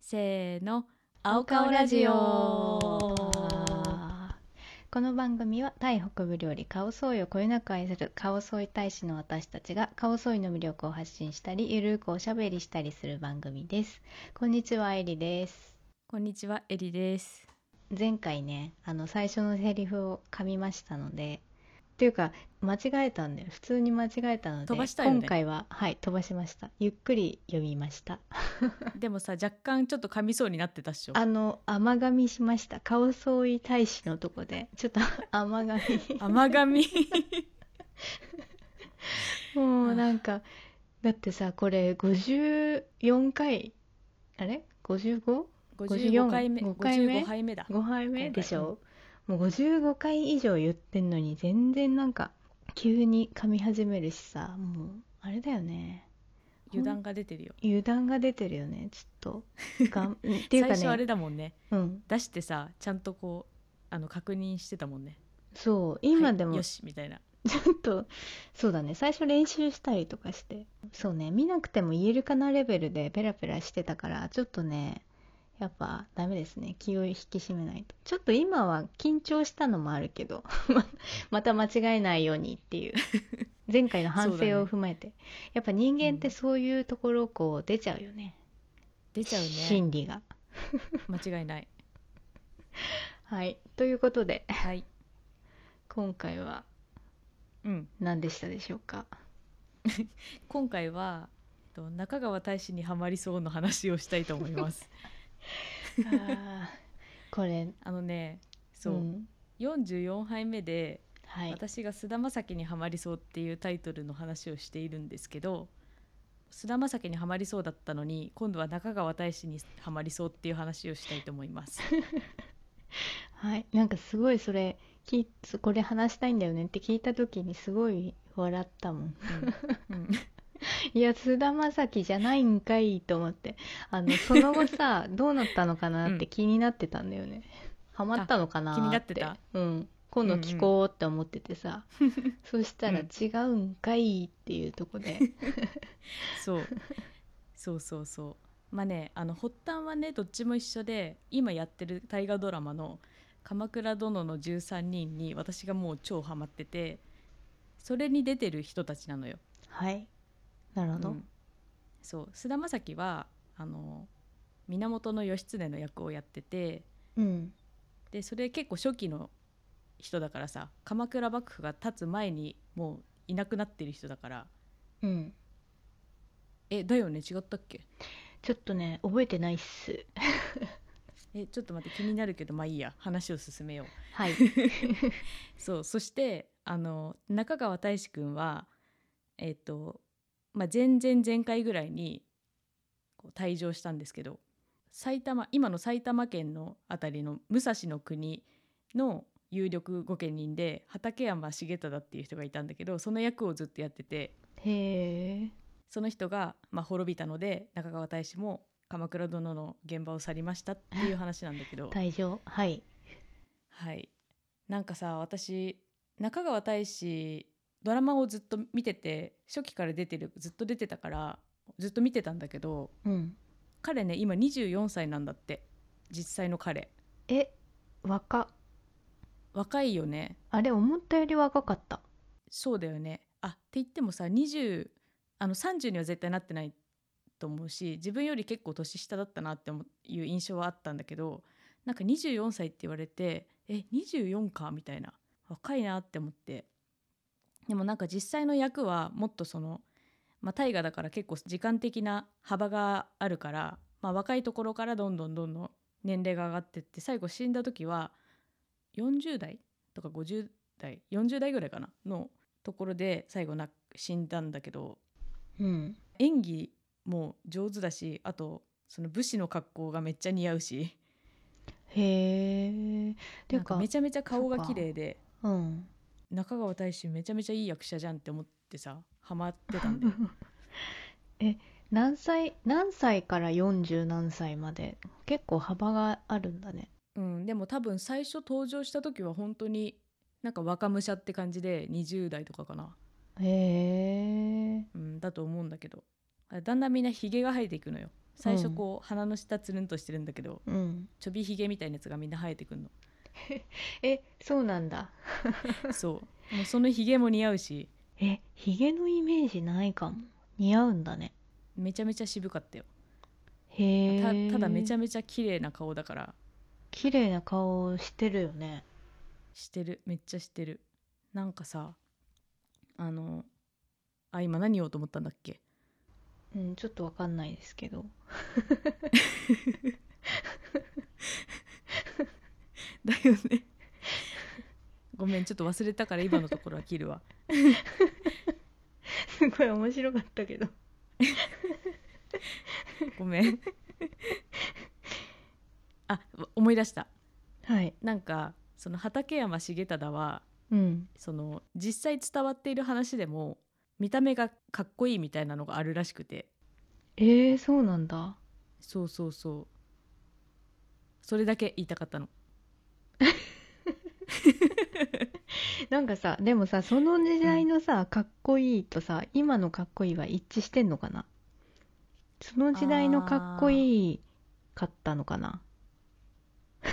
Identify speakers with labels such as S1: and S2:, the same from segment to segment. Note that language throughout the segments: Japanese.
S1: せーの青顔ラジオ
S2: この番組はタイ北部料理カオソイをこよなく愛するカオソイ大使の私たちがカオソイの魅力を発信したりゆるくおしゃべりしたりする番組ですこんにちはエリです
S1: こんにちはエリ です
S2: 前回ねあの最初のセリフを噛みましたのでというか間違えたんで普通に間違えたので
S1: 飛ばしたよね
S2: 今回ははい飛ばしましたゆっくり読みました
S1: でもさ若干ちょっと噛みそうになってたっしょ
S2: あの甘噛みしましたカオソイ大使のとこでちょっと甘噛み
S1: 甘噛み
S2: もうなんかだってさこれ54回あれ 55?5
S1: 55回目
S2: 五回目
S1: 55杯目だ
S2: 杯目
S1: 今回
S2: でしょもう55回以上言ってんのに全然なんか急に噛み始めるしさもうあれだよね
S1: 油断が出てるよ
S2: 油断が出てるよねちょっとが んっていうか
S1: 最初あれ
S2: ね
S1: だもんね
S2: うん
S1: 出してさちゃんとこうあの確認してたもんね
S2: そう今で
S1: はい
S2: も
S1: よしみたいな
S2: ちょっとそうだね最初練習したりとかしてそうね見なくても言えるかなレベルでペラペラしてたからちょっとねやっぱダメですね気を引き締めないとちょっと今は緊張したのもあるけど ままた間違えないようにっていう前回の反
S1: そうだね
S2: 省を踏まえて、やっぱ人間っ
S1: う
S2: て
S1: ん
S2: そういうところこう出ちゃうよね、
S1: 出ちゃうね
S2: 心理が
S1: 間違いない
S2: はいということで
S1: はい
S2: 今回は
S1: うん
S2: 何でしたでしょうか
S1: 今回はえっと中川大使にはまりそうの話をしたいと思います
S2: これ
S1: あのねそう、
S2: ん
S1: 44杯目で
S2: はい
S1: 私が菅田将暉にはまりそうっていうタイトルの話をしているんですけど菅田将暉にはまりそうだったのに今度は中川大使にはまりそうっていう話をしたいと思います
S2: はい、なんかすごいそれきこれ話したいんだよねって聞いた時にすごい笑ったもん
S1: うん、うん
S2: いや菅田将暉じゃないんかいと思ってあのその後さ どうなったのかなって気になってたんだよね、ハマったのかな
S1: あ気になってた
S2: うん、今度聞こうって思っててさ、そしたら
S1: うん
S2: 違うんかいっていうとこで
S1: そうそうそうそうまあねあの発端はねどっちも一緒で今やってる大河ドラマの「鎌倉殿の13人」に私がもう超ハマっててそれに出てる人たちなのよ。
S2: はいなるほど、
S1: うんそう菅田将暉はあの源義経の役をやってて
S2: うん
S1: でそれ結構初期の人だからさ鎌倉幕府が立つ前にもういなくなってる人だから
S2: うん、
S1: えだよね違ったっけ
S2: ちょっとね覚えてないっす
S1: えちょっと待って気になるけどまあいいや話を進めよう。
S2: はい
S1: そうそしてあの中川大志くんはえっ、と、まあ、前々前回ぐらいにこう退場したんですけど埼玉今の埼玉県のあたりの武蔵の国の有力御家人で畠山重忠っていう人がいたんだけどその役をずっとやってて
S2: へえ
S1: その人が、まあ、滅びたので中川大志も鎌倉殿の現場を去りましたっていう話なんだけ ど。
S2: 退場はい
S1: はい、なんかさ私中川大志ドラマをずっと見てて初期から出てるずっと出てたからずっと見てたんだけど
S2: うん
S1: 彼ね今24歳なんだって実際の彼
S2: え若っ
S1: 若いよね
S2: あれ思ったより若かった
S1: そうだよねあって言ってもさ20あの30には絶対なってないと思うし自分より結構年下だったなって思ういう印象はあったんだけどなんか24歳って言われてえ24かみたいな若いなって思ってでもなんか実際の役はもっとその、まあ、大河だから結構時間的な幅があるから、まあ、若いところからどんどんどんどん年齢が上がってって最後死んだ時は40代とか50代40代ぐらいかなのところで最後な死んだんだけど
S2: うん
S1: 演技も上手だしあとその武士の格好がめっちゃ似合うし
S2: へえて
S1: な
S2: いうんか
S1: かめちゃめちゃ顔が
S2: そうか
S1: 綺麗で
S2: うん
S1: 中川大志めちゃめちゃいい役者じゃんって思ってさハマってたんで
S2: え何歳何歳から40何歳まで結構幅があるんだね
S1: うんでも多分最初登場した時は本当になんか若武者って感じで20代とかかな、
S2: へえ
S1: うん、だと思うんだけどだんだんみんなひげが生えていくのよ最
S2: う
S1: 初
S2: ん
S1: こう、鼻の下つるんとしてるんだけど
S2: うん
S1: ちょびひげみたいなやつがみんな生えてくんの
S2: えそうなんだ
S1: そうもうそのひげも似合うし
S2: えヒゲのイメージないかも似合うんだね
S1: めちゃめちゃ渋かったよ
S2: へ
S1: た
S2: え
S1: ただめちゃ
S2: めちゃ
S1: めちゃ綺麗な顔だから
S2: 綺麗な顔をしてるよね
S1: してるめっちゃしてるなんかさあのあ今何言おうと思ったんだっけ
S2: うんちょっとわかんないですけど
S1: だよねごめんちょっと忘れたから今のところは切るわ
S2: すごい面白かったけど
S1: ごめんあ思い出した
S2: はい
S1: なんかその畠山重忠は
S2: うん
S1: その実際伝わっている話でも見た目がかっこいいみたいなのがあるらしくて
S2: えー、そうなんだ
S1: そうそうそうそれだけ言いたかったの
S2: なんかさでもさその時代のさかっこいいとさ今のかっこいいは一致してんのかなその時代のかっこいいかったのかな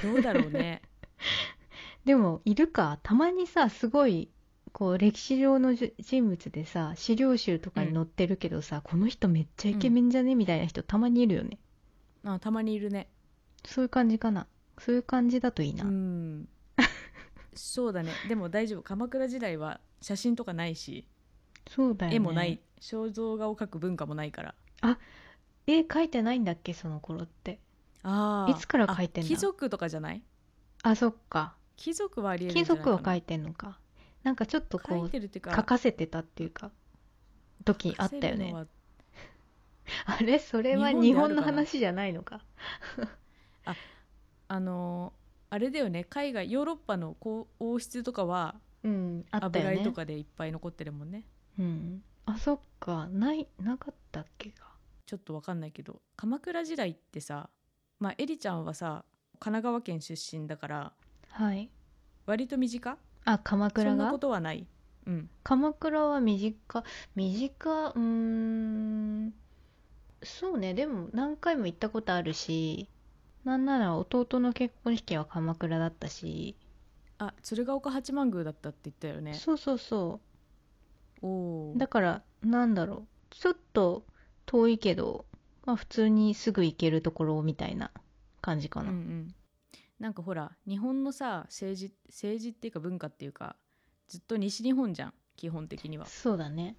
S1: どうだろう ね
S2: でもいるかたまにさすごいこう歴史上のじ人物でさ資料集とかに載ってるけどさ、この人めっちゃイケメンじゃね、みたいな人たまにいるよね
S1: あたまにいるね
S2: そういう感じかなそういう感じだといいな、
S1: うんそうだねでも大丈夫鎌倉時代は写真とかないし
S2: そうだよね
S1: 絵もない肖像画を描く文化もないから
S2: 絵描いてないんだっけその頃って
S1: あ
S2: いつから描いてんだ
S1: あ貴族とかじゃない
S2: あそっか
S1: 貴族はありえるんじ
S2: 貴
S1: ゃない
S2: 族は書
S1: い
S2: いてんのかなんかちょっと
S1: 書
S2: こ
S1: いうてるっていうか
S2: 書かせてたっていうか時あった
S1: 書か
S2: よ
S1: せるの
S2: ね
S1: は
S2: あれそれは日
S1: 日
S2: 本
S1: 本であるかな
S2: の話じゃないのか
S1: あのーあれだよね海外ヨーロッパのこう王室とかは
S2: うんあったよ
S1: 油絵
S2: ね
S1: とかでいっぱい残ってるもんね
S2: うんあそっかないなかったっけか
S1: ちょっとわかんないけど鎌倉時代ってさまあエリちゃんはさ神奈川県出身だから
S2: はい
S1: 割と身近
S2: あ鎌
S1: そ
S2: 倉
S1: んな
S2: が
S1: ことはないうん
S2: 鎌倉は短短うーんそうねでも何回も行ったことあるしなんなら弟の結婚式は鎌倉だったし、
S1: あ鶴岡八幡宮だったって言ったよね
S2: そうそうそう
S1: おお
S2: だからなんだろうちょっと遠いけど、まあ、普通にすぐ行けるところみたいな感じか
S1: うんう
S2: な、
S1: んなんかほら日本のさ政治政治っていうか文化っていうかずっと西日本じゃん基本的には、
S2: そうだね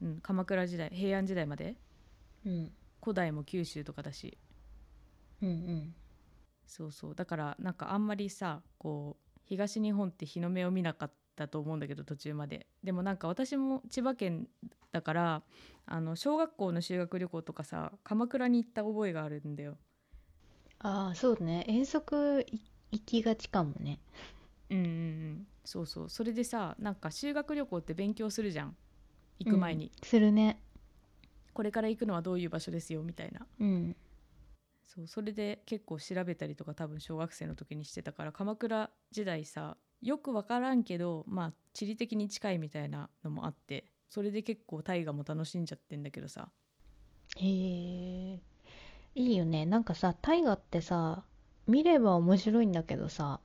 S1: うん、鎌倉時代平安時代まで
S2: うん
S1: 古代も九州とかだし
S2: うんうん
S1: そうそうだからなんかあんまりさこう東日本って日の目を見なかったと思うんだけど途中まででもなんか私も千葉県だからあの小学校の修学旅行とかさ鎌倉に行った覚えがあるんだよ
S2: ああそうね遠足い行きがちかもね
S1: うんうんうんそうそうそれでさなんか修学旅行って勉強するじゃん行く前に、
S2: うんするね
S1: これから行くのはどういう場所ですよみたいな
S2: うん
S1: そうそれで結構調べたりとか多分小学生の時にしてたから鎌倉時代さよく分からんけどまあ地理的に近いみたいなのもあってそれで結構大河も楽しんじゃってんだけどさ
S2: へえいいよねなんかさ大河ってさ見れば面白いんだけどさ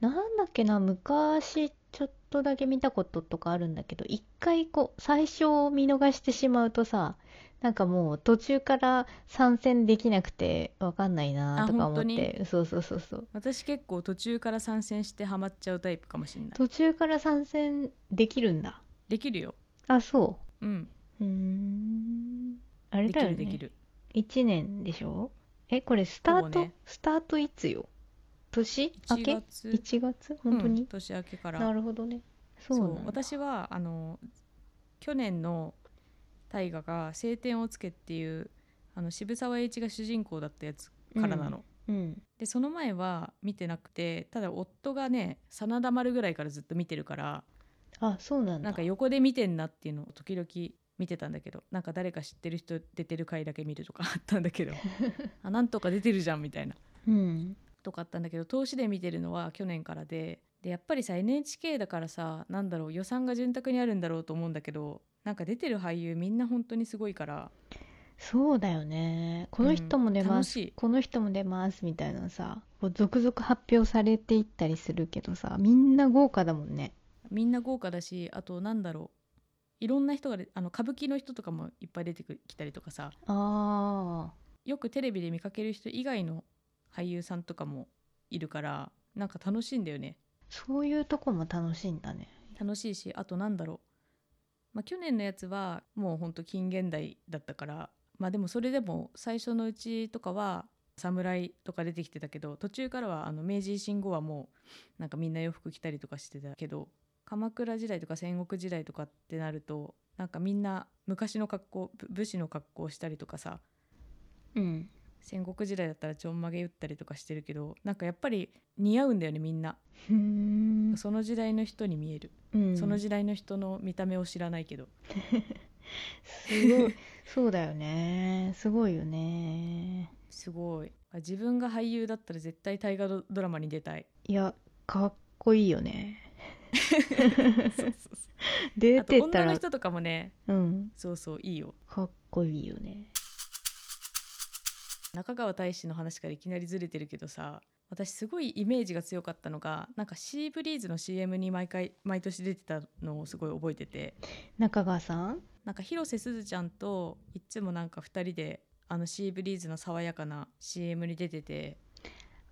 S2: なんだっけな昔ちょっとだけ見たこととかあるんだけど一回こう最初を見逃してしまうとさなんかもう途中から参戦できなくてわかんないな
S1: あ
S2: とか
S1: 本
S2: 思っ
S1: 当に
S2: てそうそうそうそう
S1: 私結構途中から参戦してハマっちゃうタイプかもしんない
S2: 途中から参戦できるんだ
S1: できるよ
S2: あそ
S1: うん
S2: ううーんあれ
S1: でき
S2: だよ
S1: る
S2: ね
S1: できる
S2: 1年でしょえこれスター
S1: ほ
S2: ト、
S1: ぼね
S2: スタートいつよ年明
S1: 1
S2: け
S1: 月
S2: 1月本当
S1: う
S2: に
S1: ん、年明けから
S2: なるほどねそう
S1: そ
S2: な
S1: うん
S2: だ
S1: 私はあの去年の大河が「青天を衝け」っていうあの渋沢栄一が主人公だったやつからなの、
S2: うん
S1: でその前は見てなくてただ夫がね真田丸ぐらいからずっと見てるから
S2: あそうなんだ
S1: なんか横で見てんなっていうのを時々見てたんだけどなんか誰か知ってる人出てる回だけ見るとか あったんだけどあなんとか出てるじゃんみたいな
S2: うん
S1: とかあったんだけど投資で見てるのは去年からででやっぱりさ NHK だからさなんだろう予算が潤沢にあるんだろうと思うんだけどなんか出てる俳優みんな本当にすごいから
S2: そうだよねこの人も出ま
S1: うん
S2: す、
S1: 楽しい
S2: この人も出ますみたいなさこう続々発表されていったりするけどさみんな豪華だもんね
S1: みんな豪華だしあとなんだろういろんな人がであの歌舞伎の人とかもいっぱい出てくきたりとかさ
S2: あ
S1: よくテレビで見かける人以外の俳優さんとかもいるからなんか楽しいんだよね
S2: ーそういうとこも楽しいんだね
S1: 楽しいしあとなんだろう、まあ、去年のやつはもうほんと近現代だったからまあでもそれでも最初のうちとかは侍とか出てきてたけど途中からはあの明治維新後はもうなんかみんな洋服着たりとかしてたけど鎌倉時代とか戦国時代とかってなるとなんかみんな昔の格好ぶ武士の格好をしたりとかさ
S2: うん
S1: 戦国時代だったらちょんまげ打ったりとかしてるけどなんかやっぱり似合うんだよねみんな、
S2: ふーん
S1: その時代の人に見える、
S2: うん
S1: その時代の人の見た目を知らないけど
S2: すごいそうだよねすごいよね
S1: すごいあ自分が俳優だったら絶対大河ドドラマに出た い
S2: いやかっこいい よね
S1: そうそうそう
S2: 出
S1: あと
S2: てた
S1: 女の
S2: ら
S1: 人とかもね
S2: うん
S1: そうそういいよ
S2: かっこいいよね
S1: 中川大志の話からいきなりずれてるけどさ私すごいイメージが強かったのがなんかシーブリーズの CM に毎回毎年出てたのをすごい覚えてて
S2: 中川さん
S1: なんか広瀬すずちゃんといっつもなんか2人であのシーブリーズの爽やかな CM に出てて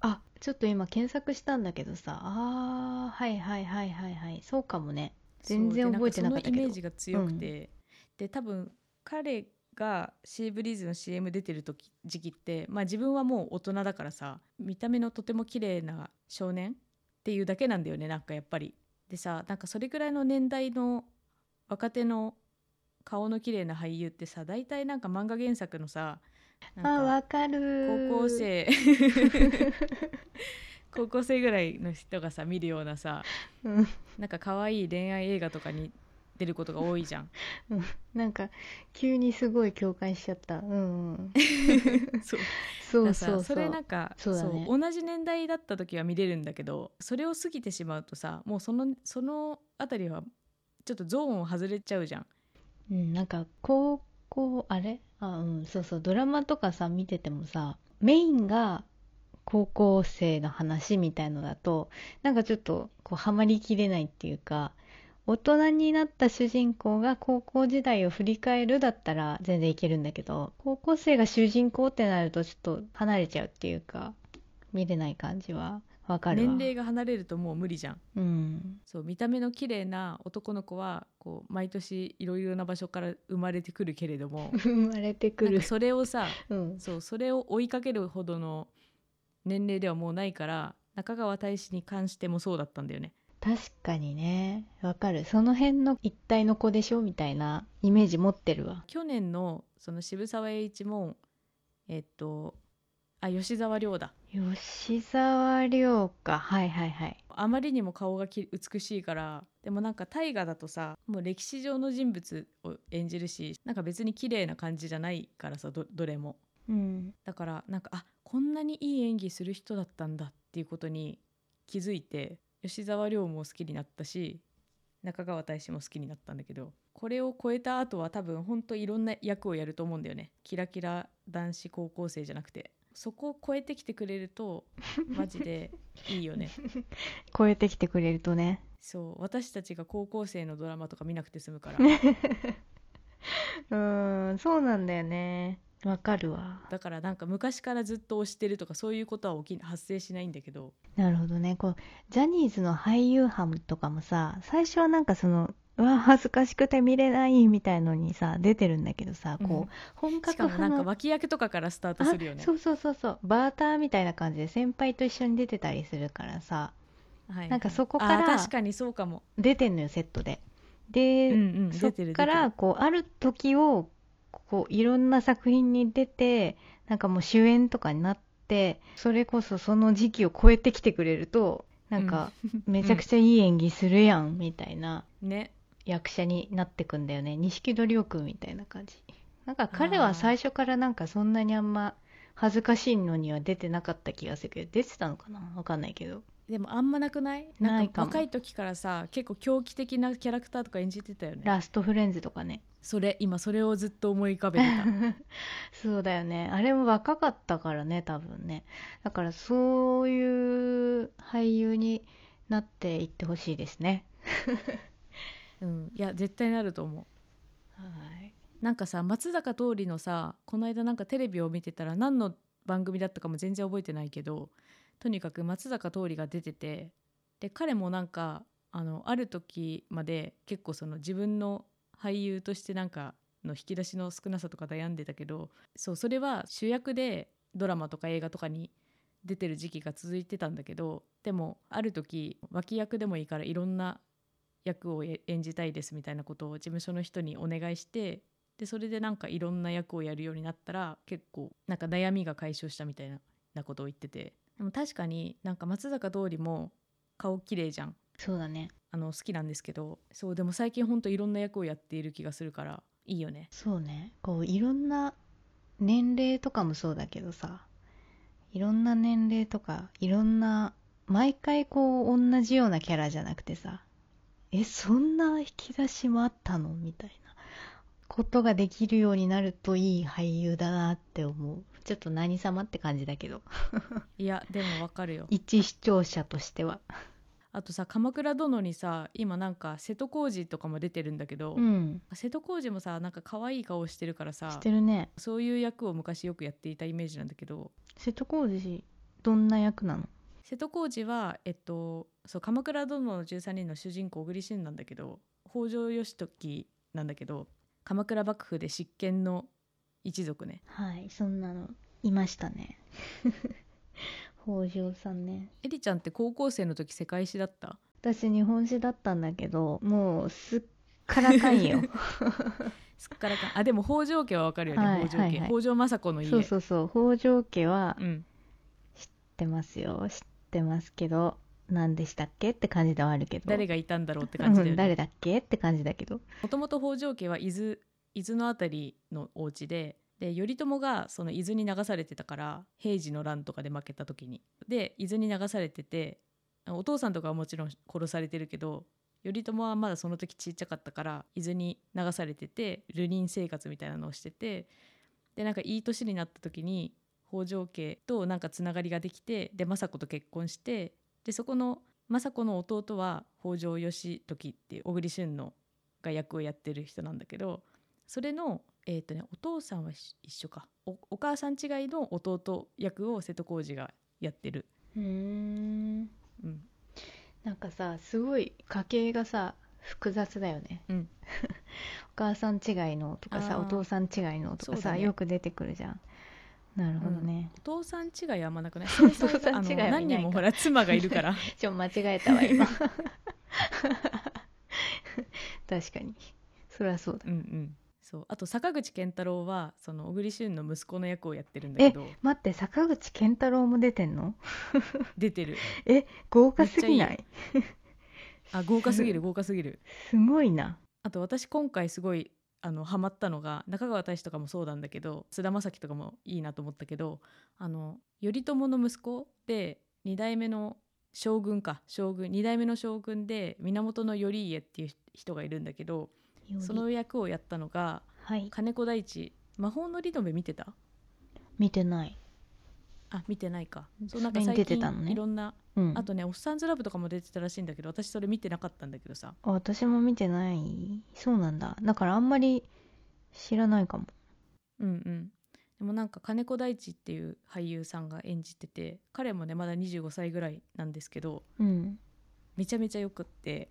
S2: あちょっと今検索したんだけどさあーはいはいはいはいはいそうかもね全然
S1: そうで
S2: 覚えてなかったけど
S1: んそのイメージが強くて、で多分彼がシーブリーズの CM 出てる時時期って、まあ、自分はもう大人だからさ見た目のとても綺麗な少年っていうだけなんだよねなんかやっぱり。でさなんかそれぐらいの年代の若手の顔の綺麗な俳優ってさ大体なんか漫画原作のさ
S2: あ
S1: なんか
S2: わかるー
S1: 高校生 高校生ぐらいの人がさ見るようなさ
S2: うん
S1: なんか可愛い恋愛映画とかに出ることが多いじゃん
S2: なんか急にすごい共感しちゃった うんうん
S1: そう
S2: そ
S1: だ
S2: う
S1: か
S2: そ
S1: ら
S2: う
S1: さそれなんか
S2: そうだね
S1: そう同じ年代だった時は見れるんだけどそれを過ぎてしまうとさもうそのその辺りはちょっとゾーンを外れちゃうじゃん
S2: うん、なんか高校あれあうんそうそうドラマとかさ見ててもさメインが高校生の話みたいのだとなんかちょっとこうハマりきれないっていうか大人になった主人公が高校時代を振り返るだったら全然いけるんだけど高校生が主人公ってなるとちょっと離れちゃうっていうか見れない感じはわかるわ
S1: 年齢が離れるともう無理じゃん
S2: うん
S1: そう見た目の綺麗な男の子はこう毎年いろいろな場所から生まれてくるけれど も
S2: 生まれてく
S1: なん
S2: る
S1: かそれをさ
S2: うん
S1: そうそれを追いかけるほどの年齢ではもうないから中川大志に関してもそうだったんだよね
S2: 確かにねわかるその辺の一体の子でしょみたいなイメージ持ってるわ
S1: 去年のその渋沢栄一もえっとあ吉沢亮だ
S2: 吉沢亮かはいはいはい
S1: あまりにも顔がき美しいからでもなんか大河だとさもう歴史上の人物を演じるしなんか別に綺麗な感じじゃないからさどどれも
S2: うん
S1: だからなんかあこんなにいい演技する人だったんだっていうことに気づいて吉沢亮も好きになったし中川大志も好きになったんだけどこれを超えた後は多分ほんといろんな役をやると思うんだよねキラキラ男子高校生じゃなくてそこを超えてきてくれるとマジでいいよ ね
S2: 超えてきてくれるとね
S1: そう私たちが高校生のドラマとか見なくて済むから
S2: うーんそうなんだよねわかるわ
S1: だからなんか昔からずっと推してるとかそういうことは起き発生しないんだけど
S2: なるほどねこうジャニーズの俳優班とかもさ最初はなんかそのうわ恥ずかしくて見れないみたいのにさ出てるんだけどさこう、
S1: うん
S2: 本
S1: し
S2: 格
S1: かもな
S2: 派
S1: んか
S2: の
S1: 脇役とかからスタート
S2: あ
S1: するよね
S2: そうそうそうそうバーターみたいな感じで先輩と一緒に出てたりするからさ
S1: はい
S2: なんかそこから
S1: あー確かにそうかも、
S2: 出てんのよセットでで、
S1: うんうん、
S2: そ
S1: 出
S2: って
S1: る
S2: からこうある時をこういろんな作品に出てなんかもう主演とかになってそれこそその時期を超えてきてくれるとなんかめちゃくちゃいい演技するやんみたいな
S1: 出てるね
S2: 役者になってくんだよね錦戸亮君みたいな感じなんか彼は最初からなんかそんなにあんま恥ずかしいのには出てなかった気がするけど出てたのかなわかんないけど
S1: でもあんまなくない
S2: な
S1: なん
S2: い
S1: か
S2: かも
S1: 若い時からさ結構狂気的なキャラクターとか演じてたよね
S2: ラストフレンズとかね
S1: それ今それをずっと思い浮かべて た
S2: そうだよねあれも若かったからね多分ねだからそういう俳優になっていってほしいですね
S1: うんいや絶対なると思う
S2: はい
S1: なんかさ松坂桃李のさこの間なんかテレビを見てたら何の番組だったかも全然覚えてないけどとにかく松坂桃李が出ててで彼もなんかあのある時まで結構その自分の俳優としてなんかの引き出しの少なさとか悩んでたけどそうそれは主役でドラマとか映画とかに出てる時期が続いてたんだけどでもある時脇役でもいいからいろんな役をえ演じたいですみたいなことを事務所の人にお願いしてでそれでなんかいろんな役をやるようになったら結構なんか悩みが解消したみたいななことを言っててでも確かになんか松坂桃李も顔綺麗じゃん
S2: そうだね
S1: あの好きなんですけどそうでも最近ほんといろんな役をやっている気がするからいいよね
S2: そうねこういろんな年齢とかもそうだけどさいろんな年齢とかいろんな毎回こう同じようなキャラじゃなくてさえそんな引き出しもあったのみたいなことができるようになるといい俳優だなって思うちょっと何様って感じだけど
S1: いやでもわかるよ
S2: 一視聴者としては
S1: あとさ「鎌倉殿」にさ今なんか瀬戸康史とかも出てるんだけど、
S2: うん
S1: 瀬戸康史もさなんか可愛い顔してるから
S2: し
S1: さ
S2: てるね
S1: そういう役を昔よくやっていたイメージなんだけど
S2: 瀬戸康史どんな役なの
S1: 瀬戸康史は、えっと、そう鎌倉殿の13人の主人公小栗旬なんだけど北条義時なんだけど鎌倉幕府で執権の一族ね
S2: はいそんなのいましたね 北条さんね
S1: エリちゃんって高校生の時世界史だった
S2: 私日本史だったんだけどもうすっからか んよ
S1: すっからかんあでも北条家はわかるよね、
S2: はい
S1: 北条
S2: はい
S1: 家、
S2: はい
S1: 北条政子の家
S2: そうそうそう北条家は知っ
S1: うん、
S2: てますよ知ってますけど何でしたっけって感じではあるけど
S1: 誰
S2: が
S1: がいたんだろうって感じだよね
S2: 誰だっけって感じだけど
S1: もともと北条家は伊豆伊豆のあたりのお家でで頼朝がその伊豆に流されてたから平治の乱とかで負けた時にで伊豆に流されててお父さんとかはもちろん殺されてるけど頼朝はまだその時ちっちゃかったから伊豆に流されてて流人生活みたいなのをしててでなんかいい年になった時に北条家となんかつながりができてで政子と結婚してでそこの政子の弟は北条義時っていう小栗旬のが役をやってる人なんだけどそれの、えーとね、お父さんは一一緒かおお母さん違いの弟役を瀬戸康史がやってる、
S2: うーん
S1: うん、
S2: なんかさすごい家系がさ複雑だよね、
S1: うん
S2: お母さん違いのとかさ
S1: あー
S2: お父さん違いのとか
S1: そうだ
S2: さ、
S1: ね
S2: よく出てくるじゃんなるほどね、
S1: お父さん違いはあんまな くないお
S2: 父さん違いはいないか
S1: 何人もほら妻がいるから
S2: ちょ間違えたわ 今確かにそりゃそうだ
S1: うんうんそうあと坂口健太郎はその小栗旬の息子の役をやってるんだけど
S2: 待って坂口健太郎も出てんの
S1: 出てる
S2: え豪華すぎない
S1: めあ豪華すぎる豪華すぎる
S2: すごいな
S1: あと私今回すごいあのハマったのが中川大志とかもそうなんだけど菅田将暉とかもいいなと思ったけどあの頼朝の息子で2代目の将軍か将軍2代目の将軍で源頼家っていう人がいるんだけどその役をやったのが
S2: はい
S1: 金子大地魔法のリノベ見てた
S2: 見てない
S1: あ見てないか
S2: それに出てたのね
S1: いろんな
S2: うん
S1: あとね「おっさんずラブ」とかも出てたらしいんだけど私それ見てなかったんだけどさ
S2: あ私も見てないそうなんだだからあんまり知らないかも
S1: うんうん、でもなんか金子大地っていう俳優さんが演じてて彼もねまだ25歳ぐらいなんですけど
S2: うん
S1: めちゃめちゃよくって
S2: へ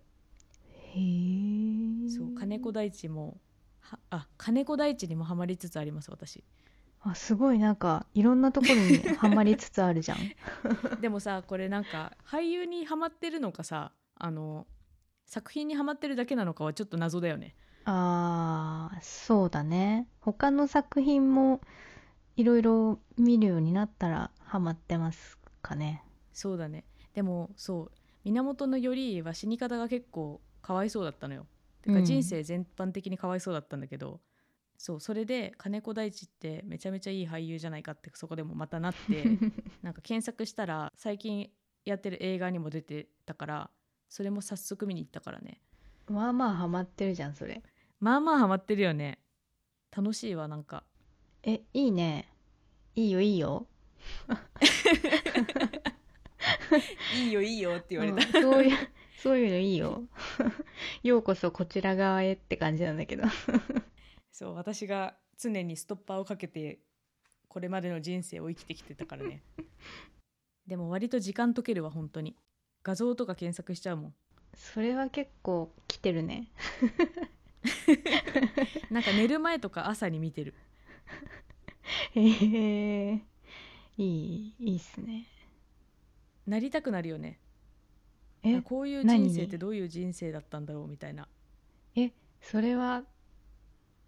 S2: え
S1: そう金子大地もはあ金子大地にもハマりつつあります私
S2: あすごいなんかいろんなところにはまりつつあるじゃん
S1: でもさこれなんか俳優にハマってるのかさあの作品にハマってるだけなのかはちょっと謎だよね
S2: あーそうだね他の作品もいろいろ見るようになったらハマってますかね
S1: そうだねでもそう源頼家は死に方が結構かわいそうだったのよて
S2: う
S1: か
S2: ん
S1: 人生全般的にかわいそうだったんだけど、そうそれで金子大地って めちゃめちゃいい俳優じゃないかってそこでもまたなってなんか検索したら最近やってる映画にも出てたからそれも早速見に行ったからね
S2: まあまあハマってるじゃんそれ
S1: まあまあハマってるよね楽しいわなんか
S2: えいいねいいよいいよ
S1: いいよいいよって
S2: うんそういうそういうのいいよ ようこそこちら側へって感じなんだけど
S1: そう私が常にストッパーをかけてこれまでの人生を生きてきてたからね でも割と時間解けるわ本当に画像とか検索しちゃうもん
S2: それは結構来てるね
S1: なんか寝る前とか朝に見てる
S2: へえいいいいっすね
S1: なりたくなるよね
S2: え
S1: あこういう
S2: 何
S1: 人生ってどういう人生だったんだろうみたいな
S2: それは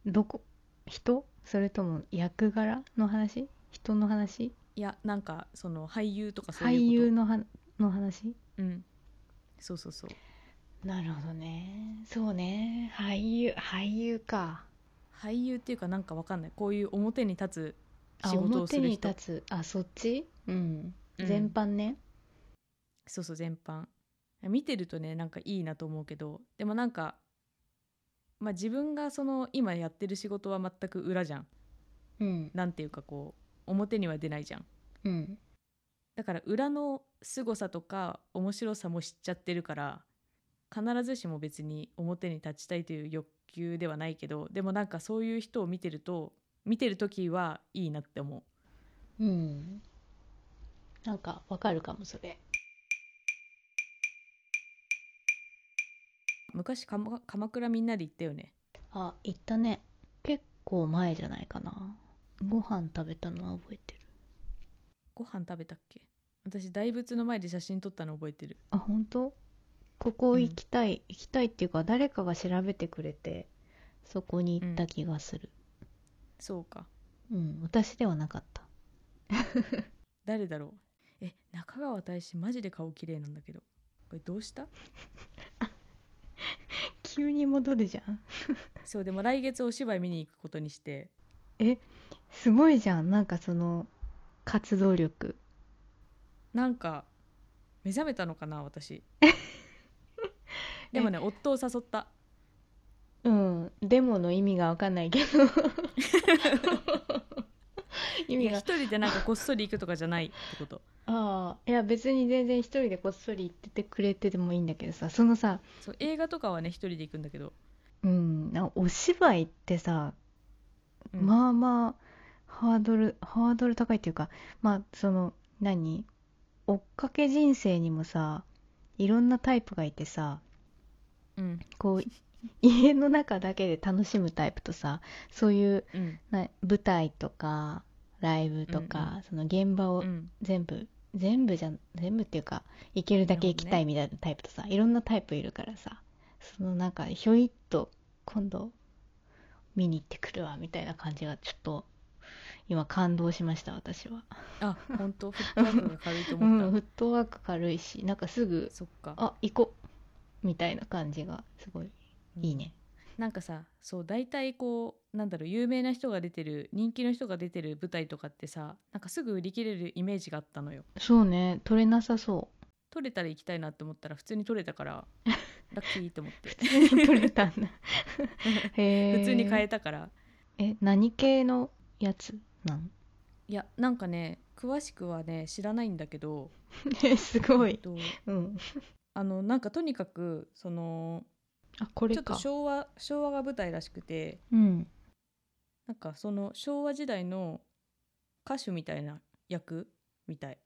S2: どこ人それとも役柄の話人の話
S1: いやなんかその俳優とかそういうこと
S2: 俳優のはの話
S1: うんそうそうそう
S2: なるほどねそうね俳優俳優か
S1: 俳優っていうかなんかわかんないこういう表に立つ
S2: あ
S1: 仕事をす
S2: 表
S1: る
S2: に
S1: 人
S2: 立つあそっちうん、
S1: うん
S2: 全般ね
S1: そうそう全般見てるとねなんかいいなと思うけどでもなんかまあ自分がその今やってる仕事は全く裏じゃん
S2: うん
S1: なんていうかこう表には出ないじゃん
S2: うん
S1: だから裏の凄さとか面白さも知っちゃってるから必ずしも別に表に立ちたいという欲求ではないけどでもなんかそういう人を見てると見てる時はいいなって思う
S2: うんなんかわかるかもそれ
S1: 昔かま鎌倉みんなで行ったよね
S2: あ行ったね結構前じゃないかなご飯食べたのは覚えてる
S1: ご飯食べたっけ私大仏の前で写真撮ったの覚えてる
S2: あ本当ここ行きたい、行きたいっていうか誰かが調べてくれてそこに行った気がする
S1: そうか
S2: うん、私ではなかった
S1: 誰だろうえ中川大志マジで顔綺麗なんだけどこれどうした
S2: 急に戻るじゃん
S1: そうでも来月お芝居見に行くことにして
S2: すごいじゃんなんかその活動力
S1: なんか目覚めたのかな 私でもね夫を誘った
S2: うんデモの意味がわかんないけど 意
S1: い
S2: 味
S1: や
S2: が
S1: 一人でなんかこっそり行くとかじゃないってこと
S2: ああいや別に全然一人でこっそり行っててくれててもいいんだけどさそのさ
S1: そう映画とかはね一人で行くんだけど、
S2: うんなお芝居ってさ
S1: うん
S2: まあまあハードルハードル高いっていうかまあその何追っかけ人生にもさいろんなタイプがいてさ
S1: うん
S2: こう家の中だけで楽しむタイプとさそういう
S1: うん
S2: な舞台とかライブとか、
S1: うん
S2: その現場を
S1: うん
S2: 全部、全部じゃん全部っていうか行けるだけ行きたいみたいなタイプとさ、いろんなタイプいるからさそのなんかひょいっと今度見に行ってくるわみたいな感じがちょっと今感動しました私は、
S1: あ本当フットワークが軽いと
S2: う
S1: 思った、
S2: ん、フットワーク軽いしなんかすぐ
S1: そっか
S2: あ行こうみたいな感じがすごいいいね、
S1: なんかさそう大体こうなんだろう有名な人が出てる人気の人が出てる舞台とかってさなんかすぐ売り切れるイメージがあったのよ
S2: そうね取れなさそ
S1: 取れたら行きたいなって思ったら普通に取れたから ラッキーって思って
S2: う取れたんだ へえ
S1: 普通に買えたから
S2: え何系のやつなん
S1: いやなんかね詳しくはね知らないんだけど
S2: え すご
S1: えっ
S2: い、
S1: と
S2: うん、
S1: あのなんかとにかくその
S2: あこれ
S1: ちょっと
S2: か
S1: 昭和昭和が舞台らしくて
S2: うん
S1: なんかその昭和時代の歌手みたいな役みたい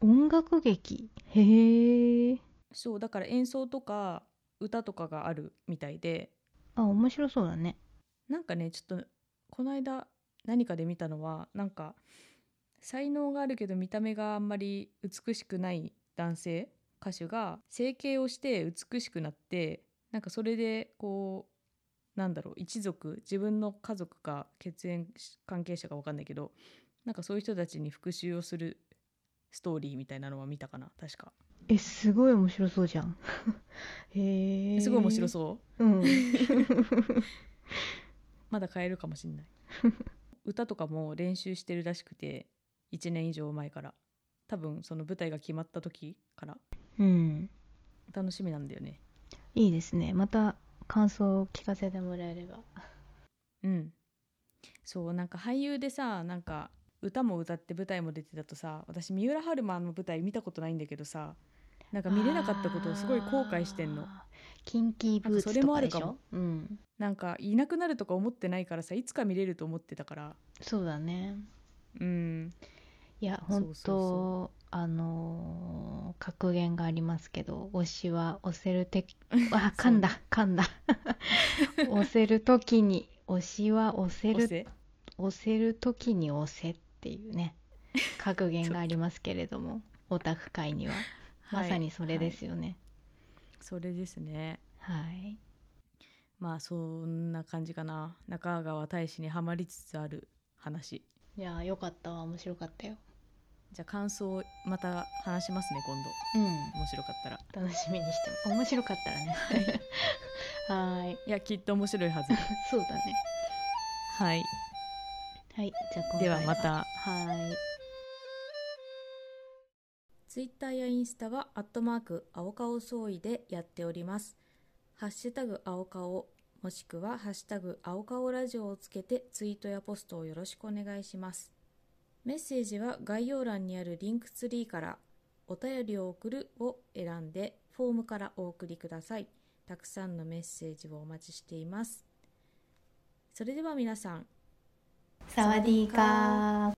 S2: 音楽劇へえ
S1: そうだから演奏とか歌とかがあるみたいで
S2: あ面白そうだね
S1: なんかねちょっとこの間何かで見たのはなんか才能があるけど見た目があんまり美しくない男性歌手が整形をして美しくなってなんかそれでこうなんだろう一族自分の家族か血縁関係者か分かんないけどなんかそういう人たちに復讐をするストーリーみたいなのは見たかな確か
S2: えすごい面白そうじゃん へえ
S1: すごい面白
S2: そ
S1: そう
S2: う うん
S1: まだ買えるかもしん ない歌とかも練習してるらしくて1年以上前から多分その舞台が決まった時から
S2: うん
S1: 楽しみなんだよね
S2: いいですねまた感想を聞かせてもらえれば
S1: うんそうなんか俳優でさなんか歌も歌って舞台も出てたとさ私三浦春馬の舞台見たことないんだけどさなんか見れなかったことをすごい後悔してんの
S2: あーキンキーブーツ
S1: なんかそれ
S2: と
S1: もあ
S2: か
S1: る
S2: でし
S1: か
S2: ょ
S1: も
S2: うん
S1: なんかいなくなるとか思ってないからさいつか見れると思ってたから
S2: そうだね
S1: うん
S2: いや
S1: そう
S2: 本
S1: そ
S2: 当
S1: うそ
S2: あのー格言がありますけど推しは押せる てあ噛んだ噛 んだ押せる時に推しは押せ
S1: 押
S2: る
S1: せ
S2: 押せる時に押せっていうね格言がありますけれど もオタク界にはまさにそれで
S1: はい
S2: すよね
S1: それですね
S2: はい、
S1: まあそんな感じかな中川大志にはまりつつある話
S2: い、やーよかったわ面白かったよ
S1: じゃあ感想をまた話しますね今度
S2: うん
S1: 面白かったら
S2: 楽しみにして面白かったらね はーい
S1: いやきっと面白いはず
S2: そうだね
S1: はい
S2: はいじゃあ今
S1: で
S2: 回
S1: はまた
S2: はい
S1: ツイッターやインスタは、アットマーク、青顔総意でやっております。ハッシュタグ、青顔、もしくは、ハッシュタグ、青顔ラジオをつけて、ツイートやポストをよろしくお願いします。メッセージは、概要欄にあるリンクツリーから、お便りを送るを選んで、フォームからお送りください。たくさんのメッセージをお待ちしています。それでは皆さん、
S2: サワディーカー